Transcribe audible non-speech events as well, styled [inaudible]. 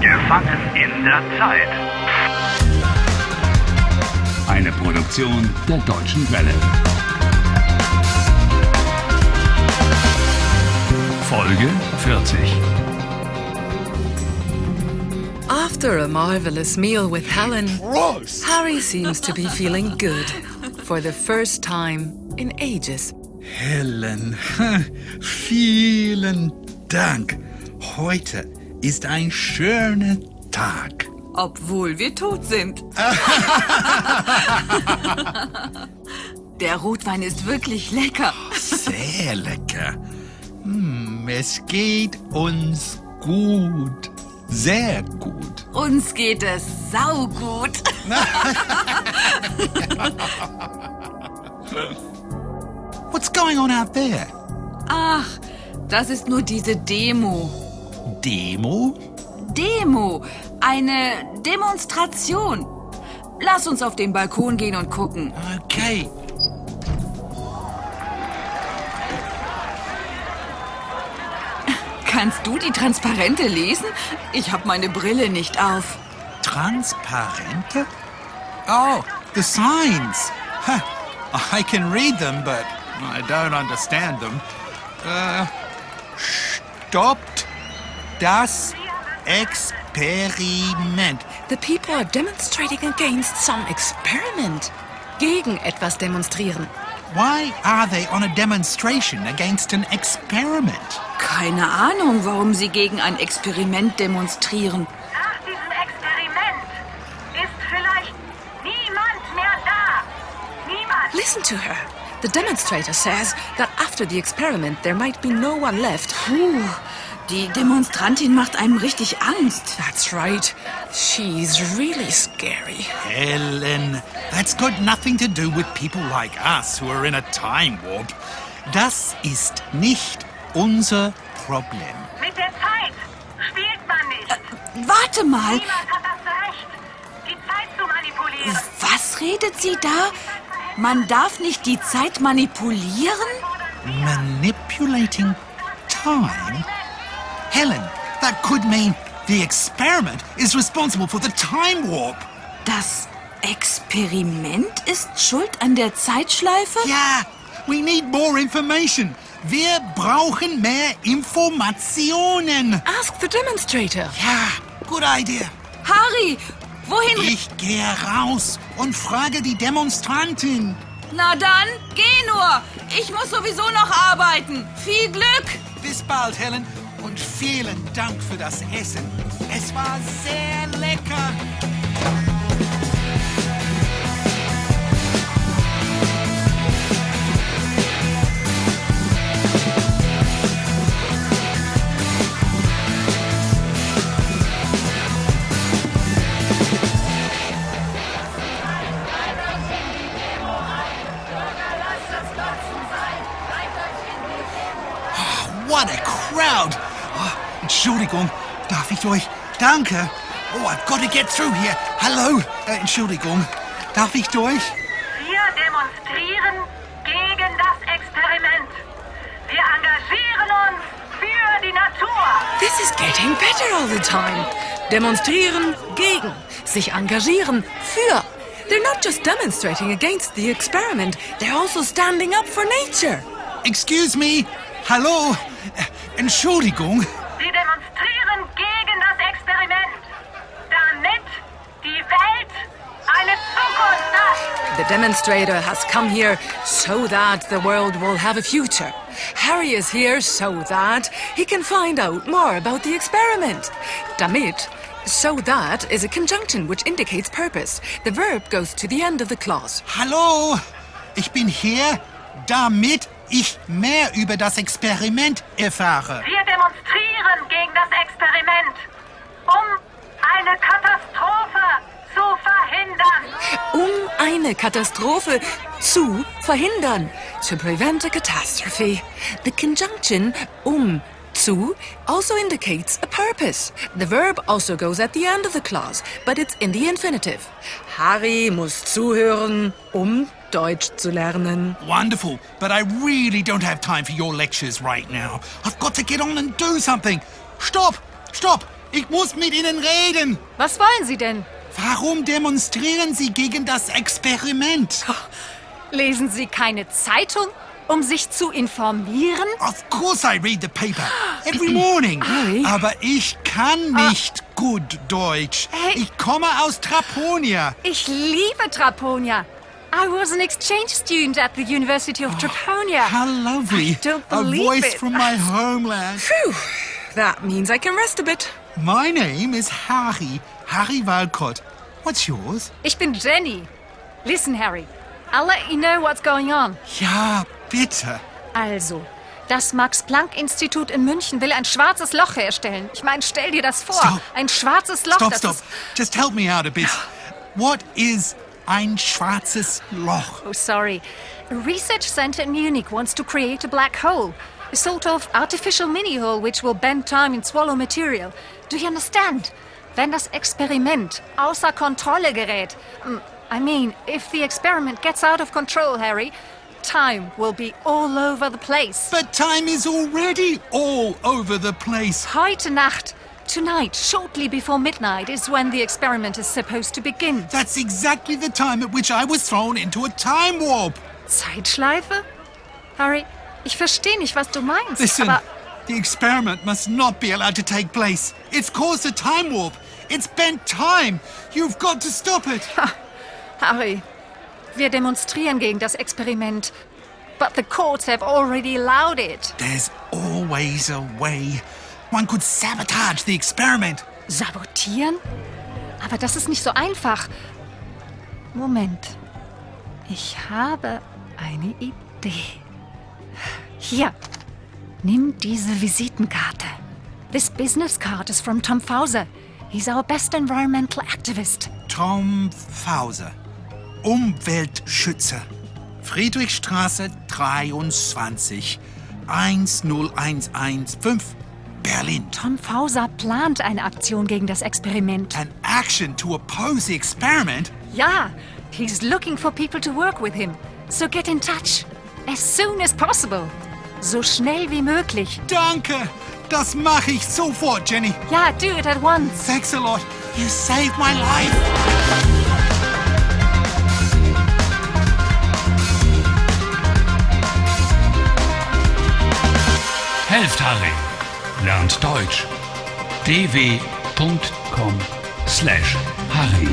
Gefangen in der Zeit. Eine Produktion der Deutschen Welle. Folge 40. After a marvelous meal with Helen, Harry seems to be feeling good for the first time in ages. Helen, [laughs] vielen Dank. Heute ist ein schöner Tag. Obwohl wir tot sind. Der Rotwein ist wirklich lecker. Sehr [laughs] lecker. Hm, es geht uns gut. Sehr gut. Uns geht es saugut. What's going on out there? Ach, das ist nur diese Demo. Demo? Demo. Eine Demonstration. Lass uns auf den Balkon gehen und gucken. Okay. Kannst du die Transparente lesen? Ich habe meine Brille nicht auf. Transparente? Oh, the signs. Huh. I can read them, but I don't understand them. Uh, stoppt das Experiment. The people are demonstrating against some experiment. Gegen etwas demonstrieren. Why are they on a demonstration against an experiment? Keine Ahnung, warum sie gegen ein Experiment demonstrieren. Nach diesem Experiment ist vielleicht niemand mehr da. Niemand. Listen to her. The demonstrator says that after the experiment there might be no one left. Puh, die Demonstrantin macht einem richtig Angst. That's right. She's really scary. Ellen, that's got nothing to do with people like us who are in a time warp. Das ist nicht unser Problem. Mit der Zeit spielt man nicht. Warte mal, Niemand hat das Recht, die Zeit zu manipulieren. was redet sie da? Man darf nicht die Zeit manipulieren? Manipulating time? Helen, that could mean the experiment is responsible for the time warp. Das Experiment ist schuld an der Zeitschleife? Yeah, we need more information. Wir brauchen mehr Informationen. Ask the demonstrator. Ja, good idea. Harry, wohin? Ich gehe raus und frage die Demonstrantin. Na dann, geh nur. Ich muss sowieso noch arbeiten. Viel Glück. Bis bald, Helen, und vielen Dank für das Essen. Es war sehr lecker. What a crowd! Oh, Entschuldigung, darf ich durch? Danke. Oh, I've got to get through here. Hallo. Äh, Entschuldigung, darf ich durch? Wir demonstrieren gegen das Experiment. Wir engagieren uns für die Natur. This is getting better all the time. Demonstrieren gegen, sich engagieren für. They're not just demonstrating against the experiment, they're also standing up for nature. Excuse me. Hallo. Äh, Entschuldigung. Sie demonstrieren gegen das Experiment, damit die Welt eine Zukunft hat. The demonstrator has come here so that the world will have a future. Harry is here so that he can find out more about the experiment. Damit, so that is a conjunction which indicates purpose. The verb goes to the end of the clause. Hallo. Ich bin hier, damit ich mehr über das Experiment erfahre. Wir demonstrieren gegen das Experiment, um eine Katastrophe zu verhindern. Um eine Katastrophe zu verhindern. To prevent a catastrophe. The conjunction um zu also indicates a purpose. The verb also goes at the end of the clause, but it's in the infinitive. Harry muss zuhören, um Deutsch zu lernen. Wonderful, but I really don't have time for your lectures right now. I've got to get on and do something. Stop! Stop! Ich muss mit Ihnen reden. Was wollen Sie denn? Warum demonstrieren Sie gegen das Experiment? Lesen Sie keine Zeitung, um sich zu informieren? Of course I read the paper. Every morning. Aber ich kann nicht gut Deutsch. Ah. Hey. Ich komme aus Traponia. Ich liebe Traponia. I was an exchange student at the University of Traponia. How lovely. I don't A believe voice it. from my [laughs] homeland. That means I can rest a bit. My name is Harry. Harry Walcott. What's yours? Ich bin Jenny. Listen, Harry. I'll let you know what's going on. Ja, bitte. Also, das Max-Planck-Institut in München will ein schwarzes Loch herstellen. Ich meine, stell dir das vor. Stop. Ein schwarzes Loch, Stop, das stop. ist... Just help me out a bit. What is ein schwarzes Loch? Oh, sorry. A research center in Munich wants to create a black hole. A sort of artificial mini-hole which will bend time and swallow material. Do you understand? Wenn das Experiment außer Kontrolle gerät... mm, I mean, if the experiment gets out of control, Harry, time will be all over the place. But time is already all over the place. Heute Nacht, tonight, shortly before midnight, is when the experiment is supposed to begin. That's exactly the time at which I was thrown into a time warp. Zeitschleife? Harry, ich verstehe nicht, was du meinst. Listen, aber the experiment must not be allowed to take place. It's caused a time warp. It's bent time. You've got to stop it. Harry, wir demonstrieren gegen das Experiment. But the courts have already allowed it. There's always a way. One could sabotage the experiment. Sabotieren? Aber das ist nicht so einfach. Moment. Ich habe eine Idee. Hier, nimm diese Visitenkarte. This business card is from Tom Fauser. He's our best environmental activist. Tom Fauser, Umweltschützer. Friedrichstraße 23, 10115, Berlin. Tom Fauser plant eine Aktion gegen das Experiment. An action to oppose the experiment? Yeah, he's looking for people to work with him. So get in touch as soon as possible. So schnell wie möglich. Danke! Das mache ich sofort, Jenny. Yeah, do it at once. Thanks a lot. You saved my life. Helft Harry. Lernt Deutsch. dw.com slash Harry.